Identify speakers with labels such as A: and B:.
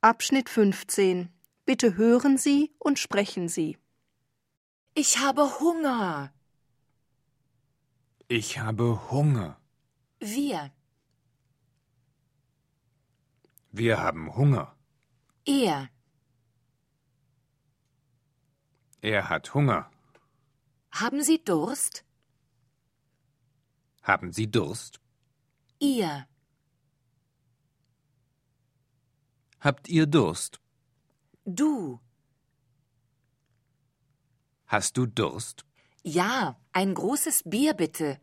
A: Abschnitt 15. Bitte hören Sie und sprechen Sie.
B: Ich habe Hunger.
C: Ich habe Hunger.
B: Wir.
C: Wir haben Hunger.
B: Er.
C: Er hat Hunger.
B: Haben Sie Durst?
C: Haben Sie Durst?
B: Ihr.
C: Habt ihr Durst?
B: Du.
C: Hast du Durst?
B: Ja, ein großes Bier bitte.